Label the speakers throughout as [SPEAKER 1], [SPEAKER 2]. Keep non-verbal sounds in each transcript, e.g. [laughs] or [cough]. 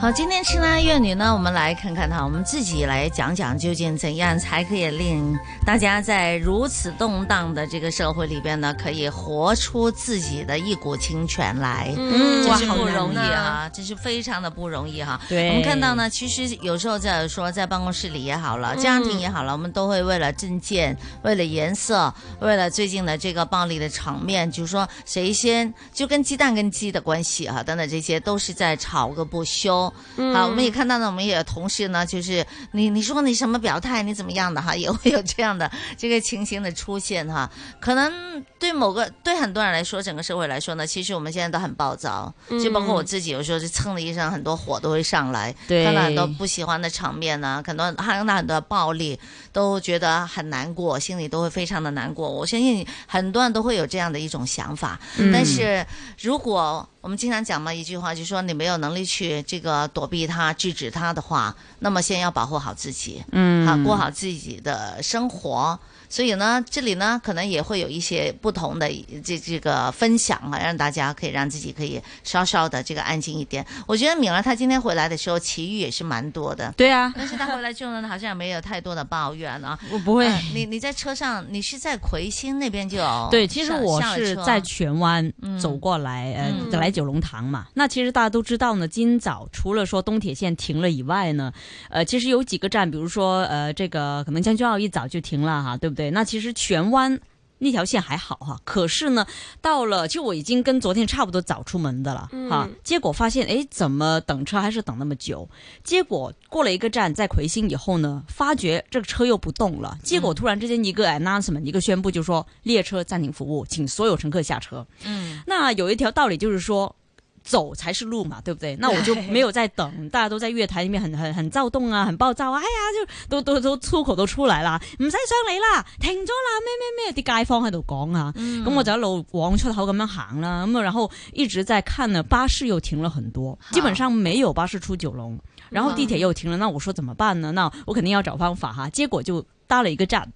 [SPEAKER 1] 好，今天痴男怨女呢，我们来看看哈，我们自己来讲讲究竟怎样才可以令大家在如此动荡的这个社会里边呢，可以活出自己的一股清泉来。
[SPEAKER 2] 嗯
[SPEAKER 1] 真
[SPEAKER 2] 哇
[SPEAKER 1] 是
[SPEAKER 2] 好
[SPEAKER 1] 不
[SPEAKER 2] 难
[SPEAKER 1] 容易
[SPEAKER 2] 呐
[SPEAKER 1] 啊，真是非常的不容易哈、
[SPEAKER 2] 对
[SPEAKER 1] 我们看到呢，其实有时候在说在办公室里也好了，家庭也好了，我们都会为了证件、为了颜色、为了最近的这个暴力的场面，就是说谁先就跟鸡蛋跟鸡的关系啊，等等，这些都是在吵个不休。
[SPEAKER 2] 嗯
[SPEAKER 1] 好，我们也看到呢，我们也有同事呢，就是你你说你什么表态，你怎么样的哈， [laughs] 也会有这样的这个情形的出现哈。可能对某个对很多人来说，整个社会来说呢，其实我们现在都很暴躁，就包括我自己，有时候就蹭的一声，很多火都会上来，
[SPEAKER 2] 对
[SPEAKER 1] 看到很多不喜欢的场面呢、很多看到很多暴力，都觉得很难过，心里都会非常的难过。我相信很多人都会有这样的一种想法，但是如果我们经常讲嘛，一句话就说你没有能力去这个躲避它、制止它的话，那么先要保护好自己，嗯，好过好自己的生活。所以呢，这里呢可能也会有一些不同的这这个分享啊，让大家可以让自己可以稍稍的这个安静一点。我觉得敏儿她今天回来的时候，奇遇也是蛮多的，
[SPEAKER 2] 对啊，
[SPEAKER 1] 但是她回来之后呢，好像也没有太多的抱怨啊。
[SPEAKER 2] 我不会。
[SPEAKER 1] 呃你你在车上，你是在魁星那边就有
[SPEAKER 2] 对，其实
[SPEAKER 1] 上
[SPEAKER 2] 我
[SPEAKER 1] 上了
[SPEAKER 2] 是
[SPEAKER 1] 车
[SPEAKER 2] 在荃湾
[SPEAKER 1] 嗯
[SPEAKER 2] 走过来，
[SPEAKER 1] 嗯
[SPEAKER 2] 呃，来九龙塘嘛。那其实大家都知道呢，今早除了说东铁线停了以外呢，呃，其实有几个站，比如说呃，这个可能将军澳一早就停了哈，对不对？那其实荃湾。那条线还好哈，可是呢，到了其实我已经跟昨天差不多早出门的了、哈，结果发现哎，怎么等车还是等那么久？结果过了一个站，在魁星以后呢，发觉这个车又不动了。结果突然之间一个 announcement，、一个宣布，就说列车暂停服务，请所有乘客下车。
[SPEAKER 1] 嗯
[SPEAKER 2] 那有一条道理就是说。走才是路嘛，对不对？那我就没有在等，大家都在月台里面很很很躁动啊，很暴躁啊，哎呀，就都都都粗口都出嚟啦，唔使上嚟啦，停咗啦，咩咩咩，啲街坊喺度講啊，咁、我就一路往出口咁樣行啦，咁啊，然後一直在看呢，巴士又停了很多，基本上沒有巴士出九龍，然後地鐵又停了，那我說怎麼辦呢？那我肯定要找方法哈，結果就搭了一個站。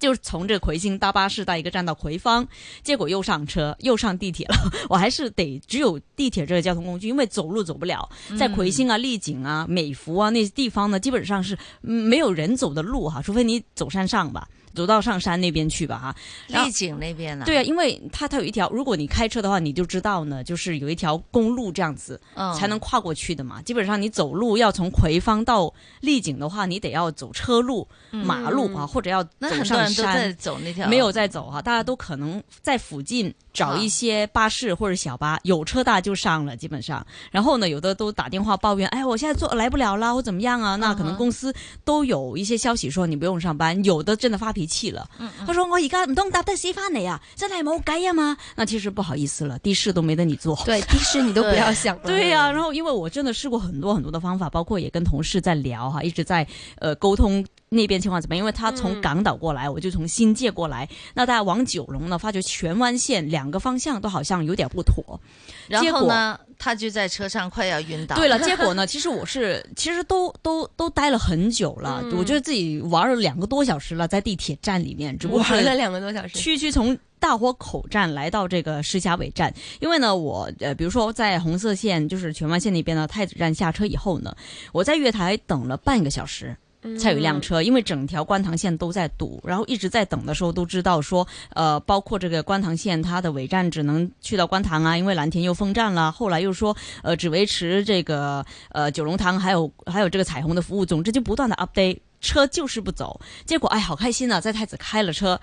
[SPEAKER 2] 就是从这魁星搭巴士到一个站到葵芳，结果又上车又上地铁了。 [laughs] 我还是得只有地铁这个交通工具，因为走路走不了。
[SPEAKER 1] 嗯
[SPEAKER 2] 在魁星啊、丽景啊、美孚啊那些地方呢，基本上是嗯没有人走的路哈、除非你走山上吧，走到上山那边去吧哈、然后
[SPEAKER 1] 丽景那边了，
[SPEAKER 2] 对啊，因为它它有一条，如果你开车的话，你就知道呢，就是有一条公路这样子
[SPEAKER 1] 嗯，
[SPEAKER 2] 才能跨过去的嘛。基本上你走路要从葵芳到丽景的话，你得要走车路、马路啊，或者要
[SPEAKER 1] 嗯那
[SPEAKER 2] 走
[SPEAKER 1] 很多
[SPEAKER 2] 上
[SPEAKER 1] 人都在
[SPEAKER 2] 山。
[SPEAKER 1] 走那条，
[SPEAKER 2] 没有在走哈、大家都可能在附近找一些巴士或者小巴，有车大家就上了，基本上。然后呢，有的都打电话抱怨，哎，我现在做来不了啦，我怎么样啊？那可能公司都有一些消息说你不用上班，有的真的发脾气了。他说我而家唔通搭的士翻嚟啊，真系冇计啊嘛。那其实不好意思了，的士都没得你坐。
[SPEAKER 3] 对，的士你都不要想了。
[SPEAKER 2] 对呀、
[SPEAKER 1] 嗯
[SPEAKER 2] 然后因为我真的试过很多很多的方法，包括也跟同事在聊哈，一直在呃沟通那边情况怎么样。因为他
[SPEAKER 3] 嗯
[SPEAKER 2] 从港岛过来，我就从新界过来，那大家往九龙呢，发觉荃湾线两个方向都好像有点不妥。
[SPEAKER 1] 然
[SPEAKER 2] 结
[SPEAKER 1] 后
[SPEAKER 2] 果
[SPEAKER 1] 呢，他就在车上快要晕倒。
[SPEAKER 3] [laughs]
[SPEAKER 2] 对了，结果呢，其实我是其实都都都待了很久了，
[SPEAKER 3] 嗯
[SPEAKER 2] 我觉得自己玩了两个多小时了，在地铁站里面，只不过是
[SPEAKER 3] 玩了两个多小时，
[SPEAKER 2] 区区从大豁口站来到这个石峡尾站，因为呢，我呃，比如说在红色线，就是荃湾线那边的太子站下车以后呢，我在月台等了半个小时。
[SPEAKER 3] 嗯
[SPEAKER 2] 才有一辆车，因为整条观塘线都在堵，然后一直在等的时候都知道说，呃，包括这个观塘线它的尾站只能去到观塘啊，因为蓝田又封站了，后来又说呃只维持这个呃九龙塘还有还有这个彩虹的服务，总之就不断的 update，车就是不走，结果哎好开心啊，在太子开了车，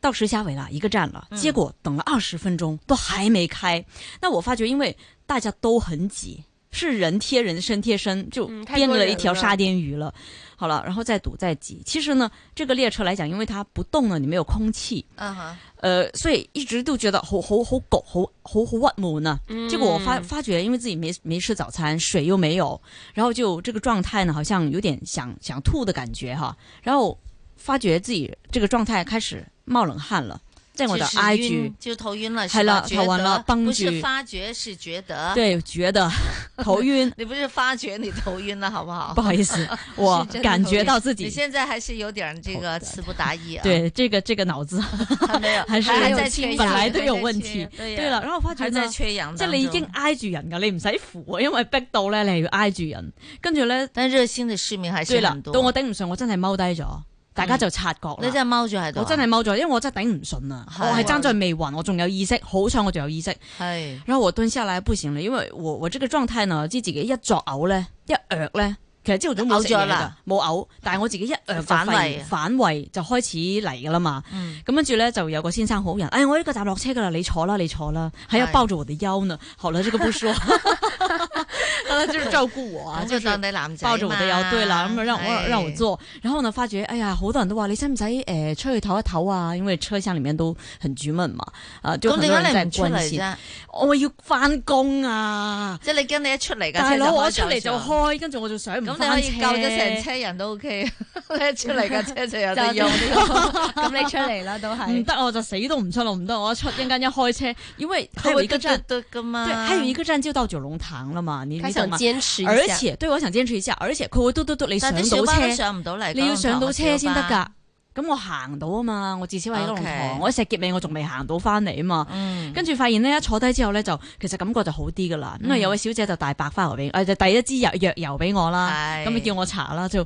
[SPEAKER 2] 到石峡尾了，一个站了，结果等了二十分钟都还没开。那我发觉，因为大家都很挤，是人贴人，身贴身，就
[SPEAKER 3] 嗯太
[SPEAKER 2] 编
[SPEAKER 3] 多
[SPEAKER 2] 了
[SPEAKER 3] 人
[SPEAKER 2] 一条
[SPEAKER 3] 了
[SPEAKER 2] 沙甸鱼了。好了，然后再堵再挤。其实呢，这个列车来讲，因为它不动呢，你没有空气，
[SPEAKER 1] 嗯哼，
[SPEAKER 2] 呃，所以一直都觉得好好好狗好好好郁闷呢。
[SPEAKER 3] 嗯
[SPEAKER 2] 结果我发发觉，因为自己没没吃早餐，水又没有，然后就这个状态呢，好像有点想想吐的感觉哈。然后發覺自己這個狀態開始冒冷汗了，在我的
[SPEAKER 1] 就是
[SPEAKER 2] IG
[SPEAKER 1] 晕就頭暈了，
[SPEAKER 2] 係啦
[SPEAKER 1] 是吧
[SPEAKER 2] 頭暈啦
[SPEAKER 1] 覺得
[SPEAKER 2] 繃
[SPEAKER 1] 不
[SPEAKER 2] 住
[SPEAKER 1] 是發覺，是覺得。，
[SPEAKER 2] 對覺得頭暈，
[SPEAKER 1] 你不是發覺你頭暈了，好不好
[SPEAKER 2] [laughs] 不？好意
[SPEAKER 1] [laughs]
[SPEAKER 2] 思，我
[SPEAKER 3] 真的
[SPEAKER 2] 感
[SPEAKER 3] 頭
[SPEAKER 2] 覺
[SPEAKER 3] 暈
[SPEAKER 2] 到自
[SPEAKER 1] 你
[SPEAKER 2] 己
[SPEAKER 1] 現在還是有點這個詞不達意啊。，
[SPEAKER 2] 對這個這個腦子
[SPEAKER 1] 還沒有，
[SPEAKER 2] 還是
[SPEAKER 1] 還
[SPEAKER 3] 有
[SPEAKER 1] 在缺氧，
[SPEAKER 2] 本來
[SPEAKER 3] 都
[SPEAKER 2] 都有問題。
[SPEAKER 1] 對
[SPEAKER 2] 對啦，
[SPEAKER 1] 呀，
[SPEAKER 2] 然後我發覺
[SPEAKER 1] 還啊在
[SPEAKER 2] 呢，
[SPEAKER 1] 缺氧。
[SPEAKER 2] 即係你已經，挨住人㗎，你唔使扶啊，因為逼到咧你係要挨住人，跟住咧
[SPEAKER 1] 但熱心的市民還
[SPEAKER 2] 對
[SPEAKER 1] 是
[SPEAKER 2] 啦
[SPEAKER 1] 很，多。
[SPEAKER 2] 到我頂唔順，我真係踎低咗，大家就察覺啦。
[SPEAKER 1] 你真係踎住喺度
[SPEAKER 2] 我
[SPEAKER 1] 啊，
[SPEAKER 2] 真係踎咗，因為我真係頂唔順啊！
[SPEAKER 1] 係
[SPEAKER 2] 我係爭在未暈，我仲有意識，好彩我仲有意識。
[SPEAKER 1] 係
[SPEAKER 2] 然後我蹲下來不行啦，因為我我這個狀態呢，知自己一作嘔咧，一嘔咧，其實朝頭早冇食嘢
[SPEAKER 1] 嘔咗啦
[SPEAKER 2] 㗎，冇嘔，但係我自己一嘔就
[SPEAKER 1] 反胃
[SPEAKER 2] 肺炎反胃就開始嚟㗎啦嘛。
[SPEAKER 1] 嗯
[SPEAKER 2] 咁跟住咧就有個先生好人，哎，我呢個站落車噶啦，你坐啦，你坐啦，還要
[SPEAKER 1] 係
[SPEAKER 2] 抱着我的腰呢。好了，這個不
[SPEAKER 1] [laughs]
[SPEAKER 2] 說， [laughs] 當然就是照顧我 [laughs] 啊，就
[SPEAKER 1] 咁就是當你男仔
[SPEAKER 2] 抱着我的腰，
[SPEAKER 1] 嘛
[SPEAKER 2] 對啦，咁啊讓我
[SPEAKER 1] 哎
[SPEAKER 2] 讓我坐。然後呢，發覺哎呀，好多人都話你使唔使誒出去唞一唞啊？因為車廂裡面都很郁悶嘛，啊，就
[SPEAKER 1] 咁
[SPEAKER 2] 很
[SPEAKER 1] 點
[SPEAKER 2] 多人
[SPEAKER 1] 解
[SPEAKER 2] 在
[SPEAKER 1] 你唔出
[SPEAKER 2] 關
[SPEAKER 1] 嚟
[SPEAKER 2] 心。
[SPEAKER 1] 啫？
[SPEAKER 2] 我要翻工啊！
[SPEAKER 1] 即係你跟你一出嚟架車
[SPEAKER 2] 大佬，
[SPEAKER 1] 就
[SPEAKER 2] 我
[SPEAKER 1] 開
[SPEAKER 2] 一出嚟就
[SPEAKER 1] 上
[SPEAKER 2] 開，跟住我就上唔
[SPEAKER 1] 咁你
[SPEAKER 2] 翻
[SPEAKER 1] 可
[SPEAKER 2] 車
[SPEAKER 1] 以救咗成車人都 OK，你
[SPEAKER 2] [laughs]
[SPEAKER 1] 一出嚟架車就有
[SPEAKER 3] 就
[SPEAKER 1] 得
[SPEAKER 3] 用
[SPEAKER 1] 用。
[SPEAKER 3] 呢個，咁你出嚟啦，都
[SPEAKER 2] 唔
[SPEAKER 3] 係。
[SPEAKER 2] 得我就死都唔出啦，唔得我一出一陣間一開車，因為
[SPEAKER 1] 佢
[SPEAKER 2] 還有
[SPEAKER 1] 會
[SPEAKER 2] 一個
[SPEAKER 1] 嘟嘟
[SPEAKER 2] 站，
[SPEAKER 1] 嘟噶嘛？
[SPEAKER 2] 对，哎還有一，個站就到九龍塘了嘛，你
[SPEAKER 3] 他
[SPEAKER 2] 你懂
[SPEAKER 3] 想
[SPEAKER 2] 嗎？
[SPEAKER 3] 堅持一下，
[SPEAKER 2] 而且對我想堅持一下，而且佢會嘟嘟嘟你上
[SPEAKER 1] 但
[SPEAKER 2] 到
[SPEAKER 1] 啲小巴都
[SPEAKER 2] 車，
[SPEAKER 1] 上唔到嚟，
[SPEAKER 2] 你要上到車先得
[SPEAKER 1] 九龍塘嘅小巴。
[SPEAKER 2] 㗎。咁我行到啊嘛，我至少喺九龍塘
[SPEAKER 1] OK
[SPEAKER 2] 我喺石硤尾我仲未行到翻嚟啊嘛。
[SPEAKER 1] 嗯，
[SPEAKER 2] 跟住發現呢，一坐低之後呢，就其實感覺就好啲噶啦。咁啊、
[SPEAKER 1] 嗯
[SPEAKER 2] 有位小姐就大白花油俾，誒、就遞一支藥藥油俾我啦。
[SPEAKER 1] 係
[SPEAKER 2] 啊咁你叫我搽啦，就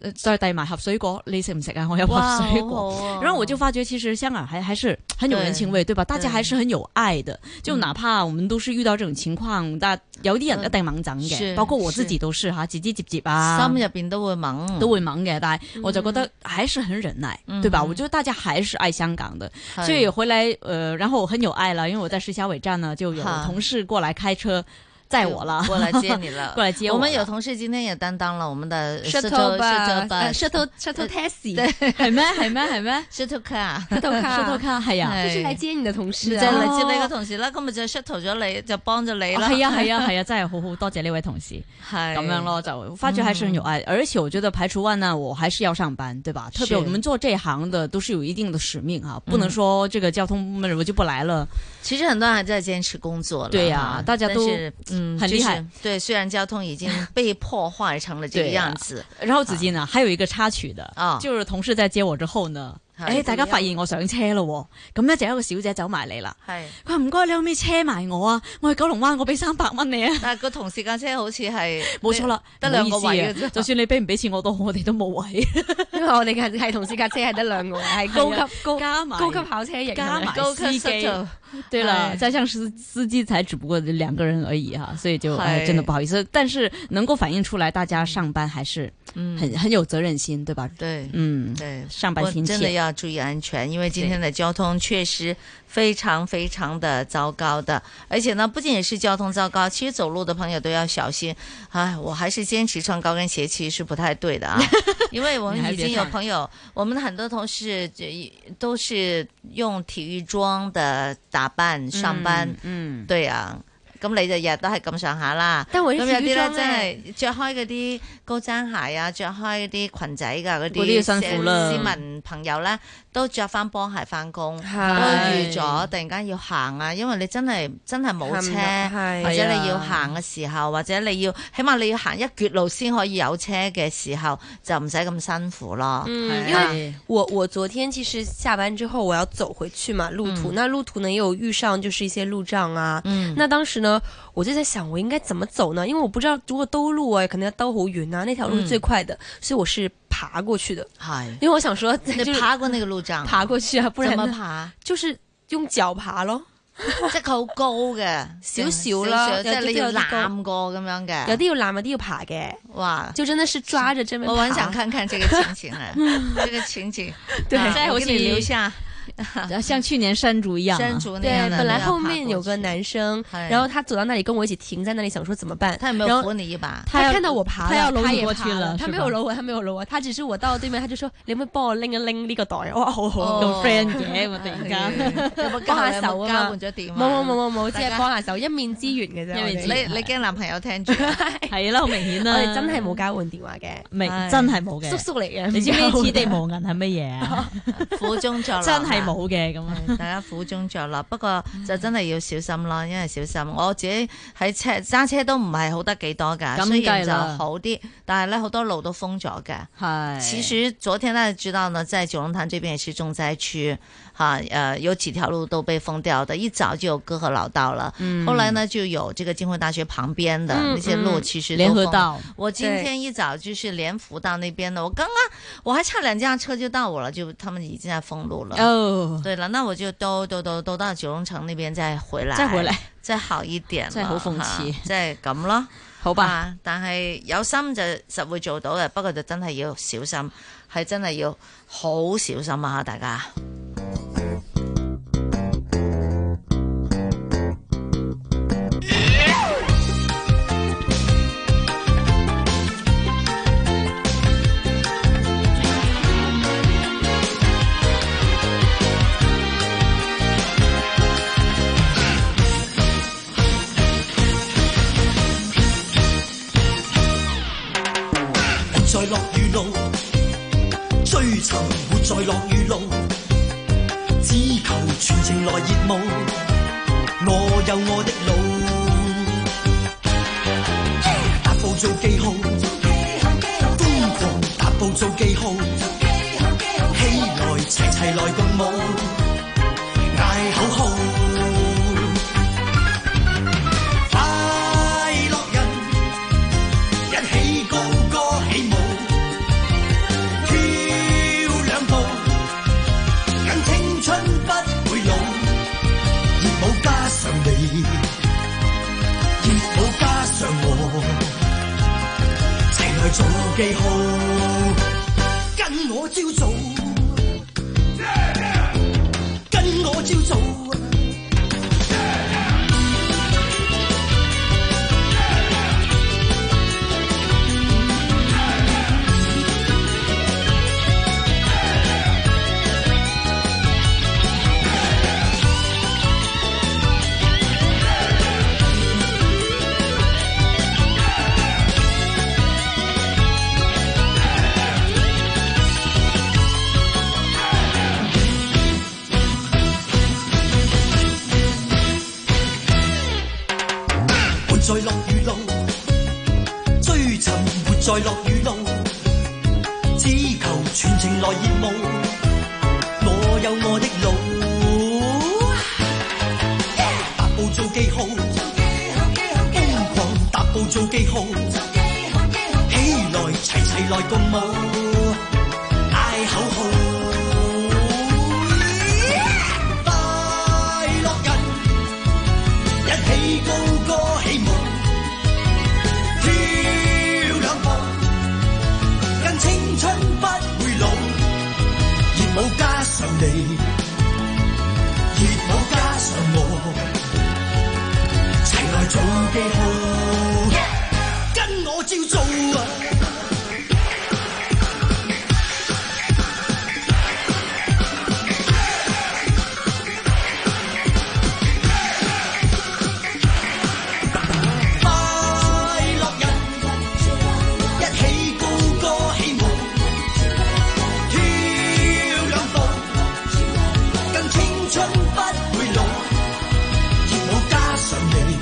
[SPEAKER 2] 呃再遞埋盒水果，你食唔食啊？我有
[SPEAKER 1] 哇，
[SPEAKER 2] 盒水果。
[SPEAKER 1] 好好啊
[SPEAKER 2] 然後我就發覺，其實香港還還是很有人情味，對吧？大家還是很有愛的。
[SPEAKER 1] 嗯
[SPEAKER 2] 就哪怕我們都是遇到這種情況，但有啲人一定猛整嘅，
[SPEAKER 1] 是
[SPEAKER 2] 包括我自己都是吓，自己接接啊，
[SPEAKER 1] 心入邊都會猛，
[SPEAKER 2] 都會猛嘅。但係我就覺得還是很忍耐，對吧？
[SPEAKER 1] 嗯
[SPEAKER 2] 我覺得大家還是愛香港的。
[SPEAKER 1] 係
[SPEAKER 2] 所以回来，呃，然后我很有爱了，因为我在石硖尾站呢，就有
[SPEAKER 1] 哈
[SPEAKER 2] 同事过来开车载我了，
[SPEAKER 1] 過來接
[SPEAKER 2] [laughs]
[SPEAKER 1] 你了。
[SPEAKER 2] 过来接
[SPEAKER 1] 我
[SPEAKER 2] 我
[SPEAKER 1] 们 [laughs] 有
[SPEAKER 2] 了
[SPEAKER 1] 同事今天也擔當了我們的
[SPEAKER 3] shuttle
[SPEAKER 1] shuttle
[SPEAKER 3] bus，
[SPEAKER 1] bus
[SPEAKER 3] 誒
[SPEAKER 2] 啊
[SPEAKER 3] shuttle shuttle taxi，
[SPEAKER 1] 對
[SPEAKER 2] 系咩系咩系咩？
[SPEAKER 1] [laughs] shuttle car。
[SPEAKER 3] shuttle
[SPEAKER 2] 石
[SPEAKER 3] car，
[SPEAKER 2] 頭卡系
[SPEAKER 1] [laughs]
[SPEAKER 2] 啊，
[SPEAKER 3] 就是嚟
[SPEAKER 1] 係
[SPEAKER 3] 接你的同事
[SPEAKER 1] 就
[SPEAKER 3] 啊，
[SPEAKER 1] 嚟接你嘅同事啦，今日就 shuttle 咗你，就幫咗你啦，
[SPEAKER 2] 系啊系啊系啊，真系好好多谢呢位同事。
[SPEAKER 1] 係
[SPEAKER 2] 咁樣。咯，
[SPEAKER 1] 嗯
[SPEAKER 2] 就發覺還是很有愛。而且我覺得排除萬難，我還是要上班，对吧？
[SPEAKER 1] 是嗯
[SPEAKER 2] 特別我們做這行的都是有一定的使命啊，不能说这个交通部门我就不來了。
[SPEAKER 1] 其實很多人還在堅持工作了
[SPEAKER 2] 對呀
[SPEAKER 1] 哈
[SPEAKER 2] 大家都
[SPEAKER 1] 但是嗯
[SPEAKER 2] 很
[SPEAKER 1] 就
[SPEAKER 2] 厲害
[SPEAKER 1] 是对，虽然交通
[SPEAKER 2] [laughs]
[SPEAKER 1] 已经被破壞成了這個
[SPEAKER 2] 對呀
[SPEAKER 1] 樣子，
[SPEAKER 2] 然後子矜呢，還有一個插曲的，
[SPEAKER 1] 嗯啊
[SPEAKER 2] 就是同事在接我之後呢，
[SPEAKER 1] 係
[SPEAKER 2] 誒大家發現我上車咯喎，咁咧就有一個小姐走埋嚟啦，
[SPEAKER 1] 係，
[SPEAKER 2] 佢話唔該，你可唔可以車埋我啊？我去九龍灣，我俾三百蚊你啊！
[SPEAKER 1] 但係個同事架車好似係
[SPEAKER 2] [laughs] 冇錯，啦，
[SPEAKER 1] 得
[SPEAKER 2] 唔好
[SPEAKER 1] 兩個
[SPEAKER 2] 意思
[SPEAKER 1] 位
[SPEAKER 2] 啊
[SPEAKER 1] 嘅 [laughs]
[SPEAKER 2] [laughs]
[SPEAKER 1] 啫
[SPEAKER 2] 就算你俾唔俾錢我都好，我哋都冇
[SPEAKER 1] [laughs]
[SPEAKER 2] 位，
[SPEAKER 3] 因為我哋嘅係同事架車係得兩個位，係高級高
[SPEAKER 2] 加埋
[SPEAKER 3] 高級跑車型，
[SPEAKER 2] 加埋
[SPEAKER 1] 高級
[SPEAKER 2] 司機
[SPEAKER 1] shuttle
[SPEAKER 2] [laughs] 对了，
[SPEAKER 1] 哎
[SPEAKER 2] 再像司司机才只不过两个人而已哈，所以就
[SPEAKER 1] 哎
[SPEAKER 2] 哎真的不好意思，但是能够反映出来大家上班还是
[SPEAKER 1] 嗯
[SPEAKER 2] 很很有责任心，对吧？
[SPEAKER 1] 對
[SPEAKER 2] 嗯，
[SPEAKER 1] 對。
[SPEAKER 2] 上班
[SPEAKER 1] 我
[SPEAKER 2] 心
[SPEAKER 1] 真的
[SPEAKER 2] 切，
[SPEAKER 1] 要注意安全，因为今天的交通确实非常非常的糟糕的，而且呢，不仅仅是交通糟糕，其实走路的朋友都要小心。哎，我还是坚持穿高跟鞋，其实是不太对的啊，
[SPEAKER 2] [laughs]
[SPEAKER 1] 因为我
[SPEAKER 2] 你还
[SPEAKER 1] 们已
[SPEAKER 2] 别
[SPEAKER 1] 经有
[SPEAKER 2] 唱
[SPEAKER 1] 朋友，我们的很多同事这都是用体育装的打扮上班，
[SPEAKER 2] 嗯，
[SPEAKER 1] 对啊，咁你就日日都係咁上下啦。
[SPEAKER 3] 但我
[SPEAKER 1] 咁
[SPEAKER 3] 係
[SPEAKER 1] 有
[SPEAKER 3] 體
[SPEAKER 1] 啲
[SPEAKER 3] 育
[SPEAKER 1] 咧
[SPEAKER 3] 裝
[SPEAKER 1] 真
[SPEAKER 3] 咧，
[SPEAKER 1] 係着開嗰啲高踭鞋啊，着開嗰啲裙仔㗎
[SPEAKER 2] 嗰
[SPEAKER 1] 嗰
[SPEAKER 2] 啲
[SPEAKER 1] 啲
[SPEAKER 2] 辛苦啦
[SPEAKER 1] 市民朋友咧都着翻波鞋翻工，都
[SPEAKER 3] 係
[SPEAKER 1] 預咗突然間要行啊，因為你真係真係冇車，
[SPEAKER 3] 係
[SPEAKER 1] 或者
[SPEAKER 2] 係啊
[SPEAKER 1] 你要行嘅時候，或者你要起碼你要行一橛路先可以有車嘅時候，就唔使咁辛苦咯。
[SPEAKER 3] 嗯，因為
[SPEAKER 2] 哎
[SPEAKER 3] 我我昨天其实下班之后我要走回去嘛，路途、
[SPEAKER 1] 嗯
[SPEAKER 3] 那路途呢也有遇上就是一些路障啊。
[SPEAKER 1] 嗯，
[SPEAKER 3] 那当时呢，我就在想我应该怎么走呢？因为我不知道如果兜路啊，可能要兜湖云啊，那条路
[SPEAKER 1] 嗯
[SPEAKER 3] 是最快的，所以我是爬过去的。
[SPEAKER 1] 係
[SPEAKER 3] 因为我想说，就
[SPEAKER 1] 你
[SPEAKER 3] 是
[SPEAKER 1] 爬過呢個路障，
[SPEAKER 3] 爬过去啊，不然
[SPEAKER 1] 怎麼
[SPEAKER 3] 呢
[SPEAKER 1] 爬？
[SPEAKER 3] 就是用腳爬咯。
[SPEAKER 1] 即係佢好高嘅，
[SPEAKER 3] [laughs] 少少啦
[SPEAKER 1] 少少即係
[SPEAKER 3] 有啲
[SPEAKER 1] 你
[SPEAKER 3] 都
[SPEAKER 1] 要
[SPEAKER 3] 有啲高
[SPEAKER 1] 攬過咁樣嘅。
[SPEAKER 3] 有啲要攬，有啲要爬嘅，
[SPEAKER 1] 哇！
[SPEAKER 3] 就真的是抓着这边
[SPEAKER 1] 我很想
[SPEAKER 3] 爬。
[SPEAKER 1] 看看这个情景啊，这个情景，
[SPEAKER 3] 对
[SPEAKER 1] 啊
[SPEAKER 2] 再
[SPEAKER 1] 我
[SPEAKER 2] 回
[SPEAKER 1] 给你
[SPEAKER 2] 去
[SPEAKER 1] 留下，
[SPEAKER 2] 像去年山竹一样、啊，
[SPEAKER 1] 山竹那
[SPEAKER 3] 对
[SPEAKER 1] 样，的，
[SPEAKER 3] 本来
[SPEAKER 1] 你要
[SPEAKER 3] 后
[SPEAKER 1] 爬
[SPEAKER 3] 面
[SPEAKER 1] 过
[SPEAKER 3] 有个
[SPEAKER 1] 去，
[SPEAKER 3] 男生，
[SPEAKER 1] 哎
[SPEAKER 3] 然后他走到那里跟我一起停在那里，想说怎么办？
[SPEAKER 1] 他有没
[SPEAKER 3] 然
[SPEAKER 1] 有
[SPEAKER 3] 后
[SPEAKER 1] 扶你一把？
[SPEAKER 3] 他
[SPEAKER 2] 他要
[SPEAKER 3] 看到我爬了，
[SPEAKER 2] 他要搂
[SPEAKER 3] 他
[SPEAKER 2] 你
[SPEAKER 3] 也
[SPEAKER 2] 过
[SPEAKER 3] 爬
[SPEAKER 2] 去了
[SPEAKER 3] 啊他
[SPEAKER 2] 是
[SPEAKER 3] 没
[SPEAKER 2] 吧
[SPEAKER 3] 有搂我，他没有搂我，他只是我到对面，他就说你们帮我拎一拎呢個袋，我話好好好
[SPEAKER 1] 哦
[SPEAKER 2] 咁 friend 嘅，我突然間。
[SPEAKER 1] 有冇交
[SPEAKER 3] 幫下
[SPEAKER 1] 有冇
[SPEAKER 3] 手啊
[SPEAKER 1] 交
[SPEAKER 3] 嘛
[SPEAKER 1] 換咗電
[SPEAKER 3] 冇冇
[SPEAKER 1] 話？
[SPEAKER 3] 冇冇冇，即
[SPEAKER 1] 大家
[SPEAKER 3] 係幫下手，一面之緣嘅啫。
[SPEAKER 2] 一面之
[SPEAKER 3] 我哋
[SPEAKER 2] 緣
[SPEAKER 1] 你你驚男朋友聽住啊？
[SPEAKER 2] 係啦，好明顯
[SPEAKER 3] [laughs] 我
[SPEAKER 2] 啦，
[SPEAKER 3] 哎哋真係冇交換電話嘅，
[SPEAKER 2] 明
[SPEAKER 1] 唉
[SPEAKER 2] 真係冇
[SPEAKER 3] 叔
[SPEAKER 2] 嘅。
[SPEAKER 3] 叔嚟嘅。
[SPEAKER 2] 你知唔知
[SPEAKER 3] 唔
[SPEAKER 2] 此
[SPEAKER 3] 夠 [laughs]
[SPEAKER 2] 地無
[SPEAKER 1] [laughs]
[SPEAKER 2] 銀係乜嘢啊？
[SPEAKER 1] 苦中作樂，
[SPEAKER 2] 真係。冇嘅咁啊！
[SPEAKER 1] 大家苦中作樂，不過就真係要小心咯，因為小心。我自己喺車揸車都唔係好得幾多㗎，
[SPEAKER 2] 咁
[SPEAKER 1] 雖然
[SPEAKER 2] 計
[SPEAKER 1] 就
[SPEAKER 2] 啦
[SPEAKER 1] 好啲，但係咧好多路都封咗嘅。
[SPEAKER 2] 係
[SPEAKER 1] 其實昨天大家知道呢，在九龙潭这边也是重灾区，哈、呃，有几条路都被封掉的，一早就有哥和老道了。后来呢，就有这个浸会大学旁边的
[SPEAKER 3] 嗯
[SPEAKER 1] 那些路，其实都
[SPEAKER 2] 聯合
[SPEAKER 1] 封。
[SPEAKER 2] 道
[SPEAKER 1] 我今天一早就是联福到那边的，我刚刚我还差两架车就到我了，就他们已经在封路了。
[SPEAKER 2] 哦，
[SPEAKER 1] 对了，那我就兜兜兜兜到九龙城那边再回来，
[SPEAKER 2] 即係回嚟，
[SPEAKER 1] 再好一點啦，
[SPEAKER 2] 真係好諷刺
[SPEAKER 1] 嚇即係咁咯。
[SPEAKER 2] 好吧？
[SPEAKER 1] 啊但係有心就實會做到嘅，不過就真係要小心，係真係要好小心啊！大家。
[SPEAKER 4] 在落雨路，追尋活在落雨路，只求全程來熱舞，我有我的路，踏步做記號，瘋狂踏步做記號，起來齊齊來共舞，嗌口號，快樂人。一起高歌起舞，跳兩步，跟青春不會老。熱舞加上你，熱舞加上我，齊來做記號，跟我朝早，跟我朝早。活在落雨路，追尋活在落雨路，只求全程來熱舞，我有我的路，踏步做記號，瘋狂踏步做記號，起來齊齊來共舞，嗌口號，快樂人。一起高歌起舞，跳兩步，跟青春不會老。熱舞加上你，熱舞加上我，齊來做記號，跟我照做啊！快樂人，一起高歌起舞，跳兩步，更青春不會老。熱舞加上你，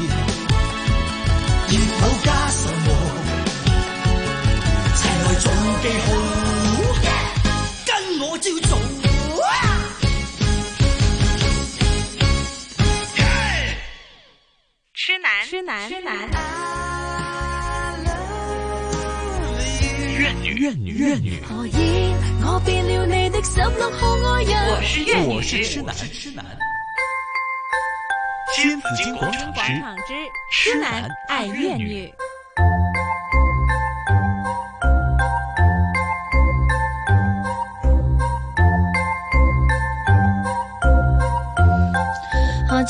[SPEAKER 4] 熱舞加上我，齊來做記號，跟我朝早。
[SPEAKER 5] 痴男痴男。
[SPEAKER 6] 怨女怨女怨女，
[SPEAKER 7] 何以我變了你的十六號愛人？
[SPEAKER 6] 我是痴男，痴男。新紫金广场之
[SPEAKER 5] 广场之痴男爱怨女。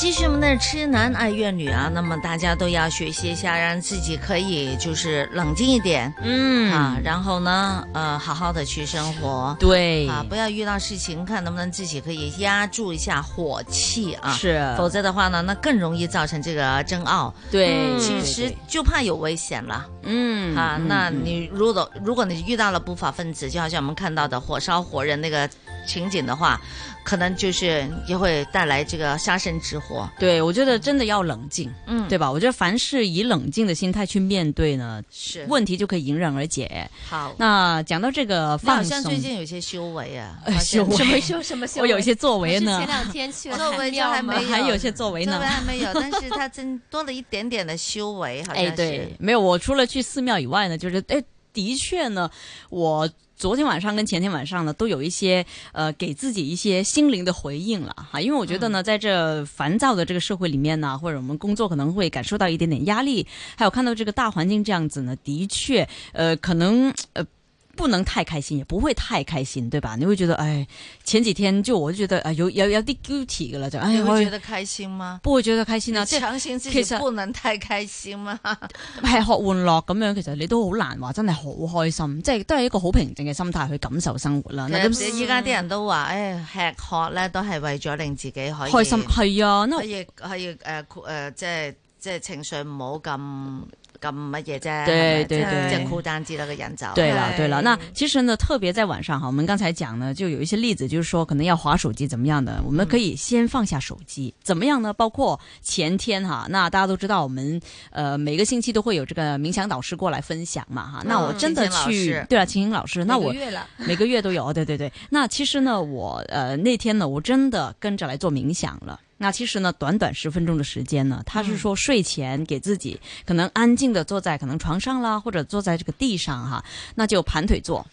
[SPEAKER 6] 《
[SPEAKER 1] 继续我们的痴男爱怨女啊，那么大家都要学习一下，让自己可以就是冷静一点、
[SPEAKER 2] 嗯
[SPEAKER 1] 啊，然后呢，呃，好好的去生活。
[SPEAKER 2] 对，
[SPEAKER 1] 啊，不要遇到事情，看能不能自己可以压住一下火气啊，
[SPEAKER 2] 是
[SPEAKER 1] 否则的话呢，那更容易造成这个争拗。
[SPEAKER 2] 对，
[SPEAKER 1] 其实就怕有危险了
[SPEAKER 2] 嗯
[SPEAKER 1] 啊！
[SPEAKER 2] 嗯
[SPEAKER 1] 那
[SPEAKER 2] 嗯
[SPEAKER 1] 你如果如果你遇到了不法分子，就好像我们看到的火烧活人那个情景的话，可能就是也会带来这个杀身之祸。
[SPEAKER 2] 对我觉得真的要冷静，
[SPEAKER 1] 嗯，
[SPEAKER 2] 对吧？我觉得凡事以冷静的心态去面对呢，
[SPEAKER 1] 是
[SPEAKER 2] 问题就可以迎刃而解。
[SPEAKER 1] 好。
[SPEAKER 2] 那讲到这个
[SPEAKER 1] 你好
[SPEAKER 2] 放
[SPEAKER 1] 像
[SPEAKER 2] 松
[SPEAKER 1] 最，近有些修为啊，
[SPEAKER 2] 呃
[SPEAKER 1] 好像
[SPEAKER 2] 修
[SPEAKER 1] [laughs]
[SPEAKER 2] 为
[SPEAKER 3] 什么修什么修？
[SPEAKER 2] 我有一些作为
[SPEAKER 3] 不
[SPEAKER 2] 呢
[SPEAKER 3] 是前，两天去了
[SPEAKER 1] 作为就
[SPEAKER 3] 庙
[SPEAKER 1] 还
[SPEAKER 3] 吗
[SPEAKER 1] 没
[SPEAKER 2] [laughs] 还有一些作为
[SPEAKER 1] 作
[SPEAKER 2] 呢
[SPEAKER 1] 为。还没有，但是他增多了一点点的修为，好像
[SPEAKER 2] 哎，
[SPEAKER 1] 是。
[SPEAKER 2] 对，没有，我除了去寺庙以外呢，就是哎，的确呢，我昨天晚上跟前天晚上呢，都有一些呃，给自己一些心灵的回应了哈。因为我觉得
[SPEAKER 1] 嗯
[SPEAKER 2] 呢，在这烦躁的这个社会里面呢，或者我们工作可能会感受到一点点压力，还有看到这个大环境这样子呢，的确，呃，可能呃。不能太开心，也不会太开心，对吧？你会觉得，哎，前几天就我就觉得，哎，有有有啲 guilty 噶啦，就哎，
[SPEAKER 1] 你会
[SPEAKER 2] 我
[SPEAKER 1] 觉得开心吗？
[SPEAKER 2] 不会覺得開心啊？即係
[SPEAKER 1] 强行自
[SPEAKER 2] 其
[SPEAKER 1] 己
[SPEAKER 2] 實
[SPEAKER 1] 不能太开心 [laughs] 吗？
[SPEAKER 2] 吃喝玩樂咁樣，其實你都好難話真係好開心，即係都係一個好平靜嘅心態去感受生活啦。嗱
[SPEAKER 1] [laughs] 其實依家啲人都話，诶、吃喝咧都係為咗令自己可以
[SPEAKER 2] 開心係啊，
[SPEAKER 1] 可
[SPEAKER 2] 嗱
[SPEAKER 1] 以可以诶诶，即係即係情緒唔好咁咁乜嘢啫，
[SPEAKER 2] 對
[SPEAKER 1] 係咪
[SPEAKER 2] 對
[SPEAKER 1] 即係
[SPEAKER 2] 對
[SPEAKER 1] 即係孤單啲啦個人就
[SPEAKER 2] 對了
[SPEAKER 3] 對
[SPEAKER 2] 對了，那其實呢，特別在晚上哈，我們剛才講呢，就有一些例子，就是說可能要划手機怎麼樣的，我們可以先放下手
[SPEAKER 1] 嗯
[SPEAKER 2] 機，怎麼樣呢？包括前天哈，那大家都知道我們呃每个星期都會有這個冥想導師過來分享嘛哈，那我真的
[SPEAKER 1] 嗯晴晴老
[SPEAKER 2] 去、
[SPEAKER 1] 師
[SPEAKER 2] 对啊，晴晴老师，那
[SPEAKER 3] 每
[SPEAKER 2] 我
[SPEAKER 3] 个月了，
[SPEAKER 2] 每个月都有，对对对。那其实呢，我呃那天呢，我真的跟着来做冥想了。那其实呢，短短十分钟的时间呢，
[SPEAKER 1] 嗯
[SPEAKER 2] 他是说睡前给自己可能安静的坐在可能床上啦，或者坐在这个地上哈，那就盘腿坐，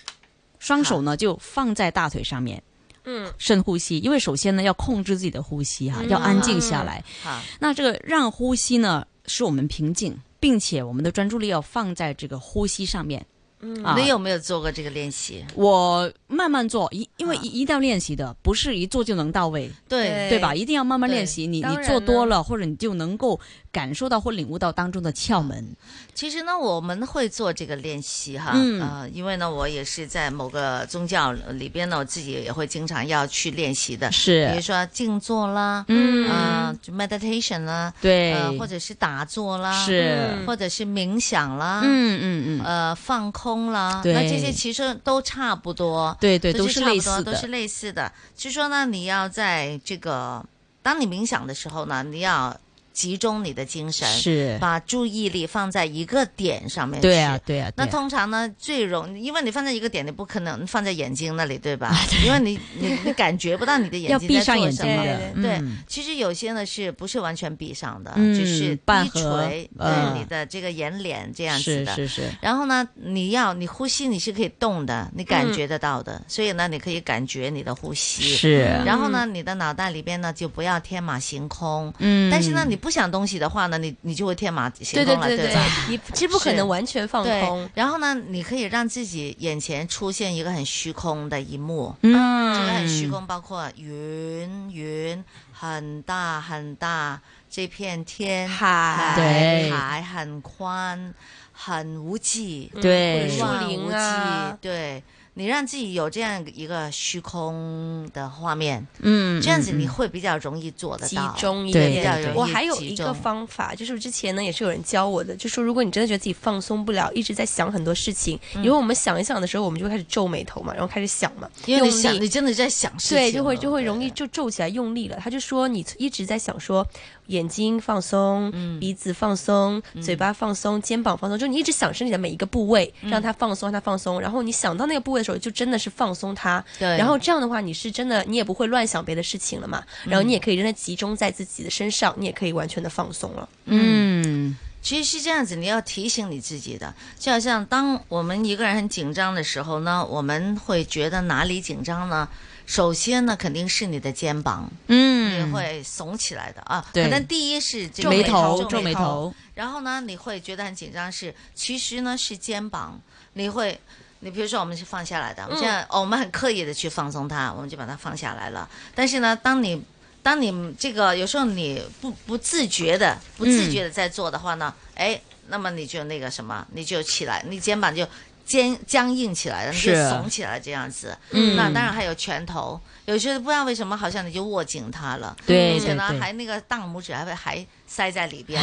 [SPEAKER 2] 双手呢就放在大腿上面，
[SPEAKER 3] 嗯，
[SPEAKER 2] 深呼吸。因为首先呢要控制自己的呼吸
[SPEAKER 1] 嗯
[SPEAKER 2] 哈，要安
[SPEAKER 1] 啊
[SPEAKER 2] 静下来。
[SPEAKER 1] 好
[SPEAKER 2] 那这个让呼吸呢，使我们平静，并且我们的专注力要放在这个呼吸上面。嗯啊、
[SPEAKER 1] 你有没有做过这个练习？
[SPEAKER 2] 我慢慢做，一因为
[SPEAKER 1] 啊
[SPEAKER 2] 一一定要练习的，不是一做就能到位，
[SPEAKER 1] 对
[SPEAKER 3] 对
[SPEAKER 2] 对吧？一定要慢慢
[SPEAKER 1] 哎对
[SPEAKER 2] 练习，你
[SPEAKER 3] 当
[SPEAKER 2] 你
[SPEAKER 3] 然
[SPEAKER 2] 做多
[SPEAKER 3] 呢
[SPEAKER 2] 了，或者你就能够感受到或领悟到当中的窍门。
[SPEAKER 1] 其实呢，我们会做这个练习哈，
[SPEAKER 2] 嗯
[SPEAKER 1] 呃，因为呢，我也是在某个宗教里边呢，我自己也会经常要去练习的，比
[SPEAKER 2] 是，
[SPEAKER 1] 如说静坐啦，
[SPEAKER 2] 嗯
[SPEAKER 1] 呃，meditation 啦，
[SPEAKER 2] 对，
[SPEAKER 1] 呃，或者是打坐啦，
[SPEAKER 2] 是，
[SPEAKER 1] 或者是冥想啦，
[SPEAKER 2] 嗯嗯嗯，
[SPEAKER 1] 呃，放空啦，
[SPEAKER 2] 对
[SPEAKER 1] 那这些其实都差不多，
[SPEAKER 2] 对对，都
[SPEAKER 1] 是
[SPEAKER 2] 是
[SPEAKER 1] 差不
[SPEAKER 2] 类
[SPEAKER 1] 多
[SPEAKER 2] 似
[SPEAKER 1] 都是
[SPEAKER 2] 的，
[SPEAKER 1] 类似的。就说呢，你要在这个当你冥想的时候呢，你要集中你的精神，
[SPEAKER 2] 是，
[SPEAKER 1] 把注意力放在一个点上面去。
[SPEAKER 2] 对啊对啊，
[SPEAKER 1] 那
[SPEAKER 2] 对啊
[SPEAKER 1] 通常呢，最容易，因为你放在一个点，你不可能放在眼睛那里，对吧？因为你你你感觉不到你的眼睛
[SPEAKER 2] 啊要闭
[SPEAKER 1] 在
[SPEAKER 2] 上
[SPEAKER 1] 做
[SPEAKER 2] 眼
[SPEAKER 1] 什
[SPEAKER 2] 睛
[SPEAKER 1] 么
[SPEAKER 2] 的，
[SPEAKER 1] 对，
[SPEAKER 2] 嗯
[SPEAKER 1] 其实有些呢是不是完全闭上的，
[SPEAKER 2] 嗯
[SPEAKER 1] 只是
[SPEAKER 2] 半
[SPEAKER 1] 低
[SPEAKER 2] 合
[SPEAKER 1] 垂
[SPEAKER 2] 嗯
[SPEAKER 1] 对你的这个眼脸这样子
[SPEAKER 2] 是
[SPEAKER 1] 的。
[SPEAKER 2] 是是，
[SPEAKER 1] 然后呢，你要你呼吸你是可以动的，你感觉得到的，所以呢，你可以感觉你的呼吸。
[SPEAKER 2] 是，
[SPEAKER 1] 然后呢，你的脑袋里边呢就不要天马行空。
[SPEAKER 2] 嗯，
[SPEAKER 1] 但是呢，你不想东西的话呢，你你就会天马行
[SPEAKER 3] 对对
[SPEAKER 1] 空了，
[SPEAKER 3] 对
[SPEAKER 1] 吧？，
[SPEAKER 3] 你其实不可
[SPEAKER 1] 是
[SPEAKER 3] 能完全放
[SPEAKER 1] 对
[SPEAKER 3] 空，，
[SPEAKER 1] 然后呢，你可以让自己眼前出现一个很虚空的一幕，
[SPEAKER 2] 嗯，
[SPEAKER 1] 这个呃很虚空，包括云云很大很大，这片天
[SPEAKER 3] 海
[SPEAKER 2] 对
[SPEAKER 1] 海很宽，很无际，
[SPEAKER 3] 嗯
[SPEAKER 2] 对
[SPEAKER 1] 一
[SPEAKER 3] 树
[SPEAKER 1] 望无
[SPEAKER 3] 林
[SPEAKER 1] 际
[SPEAKER 3] 啊，
[SPEAKER 1] 对。你让自己有这样一个虚空的画面，
[SPEAKER 2] 嗯，
[SPEAKER 1] 这样子
[SPEAKER 2] 嗯
[SPEAKER 1] 你会比较容易做得
[SPEAKER 3] 集
[SPEAKER 1] 到。
[SPEAKER 3] 中一
[SPEAKER 2] 对
[SPEAKER 3] 点。
[SPEAKER 1] 比较容易
[SPEAKER 3] 我还有
[SPEAKER 1] 集
[SPEAKER 3] 一
[SPEAKER 1] 中
[SPEAKER 3] 个方法，就是之前呢也是有人教我的，就说如果你真的觉得自己放松不了，一直在想很多事情，
[SPEAKER 1] 嗯
[SPEAKER 3] 因为我们想一想的时候，我们就会开始皱眉头嘛，然后开始想嘛，
[SPEAKER 1] 因为你
[SPEAKER 3] 用
[SPEAKER 1] 想，
[SPEAKER 3] 力
[SPEAKER 1] 你真的在想事情了，
[SPEAKER 3] 对，就会就会容易
[SPEAKER 1] 对
[SPEAKER 3] 就皱起来，用力了。他就说你一直在想说，眼睛放松，
[SPEAKER 1] 嗯
[SPEAKER 3] 鼻子放松，嘴巴放松，肩膀放松，就你一直想身体的每一个部位，
[SPEAKER 1] 嗯
[SPEAKER 3] 让它放松，让它放松。然后你想到那个部位的时候，就真的是放松它。
[SPEAKER 1] 对
[SPEAKER 3] 然后这样的话，你是真的，你也不会乱想别的事情了嘛。
[SPEAKER 1] 嗯
[SPEAKER 3] 然后你也可以真的集中在自己的身上，你也可以完全的放松了。
[SPEAKER 2] 嗯，
[SPEAKER 1] 其实是这样子，你要提醒你自己的，就好像当我们一个人很紧张的时候呢，我们会觉得哪里紧张呢？首先呢，肯定是你的肩膀，
[SPEAKER 2] 嗯，
[SPEAKER 1] 你会耸起来的啊。
[SPEAKER 2] 对
[SPEAKER 1] 可能第一是这个
[SPEAKER 2] 眉
[SPEAKER 1] 头，
[SPEAKER 2] 头皱眉。头，
[SPEAKER 1] 然后呢，你会觉得很紧张是，其实呢是肩膀，你会。你比如说，我们是放
[SPEAKER 2] 嗯
[SPEAKER 1] 下来的，我们现在、哦，我们很刻意的去放松它，我们就把它放下来了。但是呢，当你当你这个有时候你不不自觉的、不自觉的在做的话呢，
[SPEAKER 2] 嗯
[SPEAKER 1] 哎，那么你就那个什么，你就起来，你肩膀就僵僵硬起来了，你就是耸起来这样子。
[SPEAKER 2] 啊嗯
[SPEAKER 1] 那当然还有拳头，有些不知道为什么好像你就握紧它了，
[SPEAKER 2] 对
[SPEAKER 1] 并且呢
[SPEAKER 2] 对对
[SPEAKER 1] 还那个大拇指还会还塞在
[SPEAKER 2] [laughs]
[SPEAKER 1] 里边。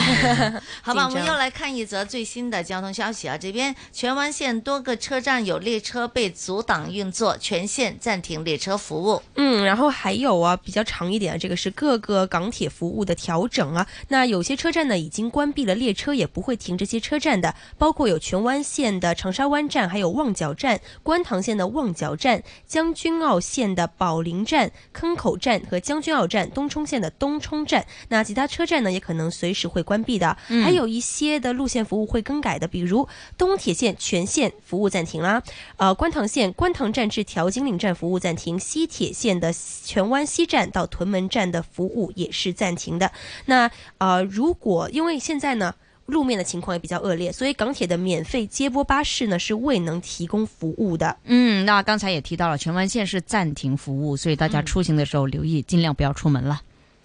[SPEAKER 1] 好吧，我
[SPEAKER 3] 紧张
[SPEAKER 1] 们又来看一则最新的交通消息啊！这边荃湾线多个车站有列车被阻挡运作，全线暂停列车服务。
[SPEAKER 3] 嗯，然后还有啊，比较长一点啊，这个是各个港铁服务的调整啊。那有些车站呢已经关闭了列车，也不会停这些车站的，包括有荃湾线的长沙湾站，还有旺角站、观塘线的旺角站、将军澳线的宝林站、坑口站和将军澳站、东冲线的东冲站。那其他车站呢也可能随时会关闭的，还有一些的路线服务会更改的，比如东铁线全线服务暂停啦，呃，观塘线观塘站至调景岭站服务暂停，西铁线的荃湾西站到屯门站的服务也是暂停的。那呃，如果因为现在呢。路面的情况也比较恶劣，所以港铁的免费接驳巴士呢是未能提供服务的。
[SPEAKER 2] 嗯嗯，那刚才也提到了，荃湾线是暂停服务，所以大家出行的时候留意，尽量不要出门了。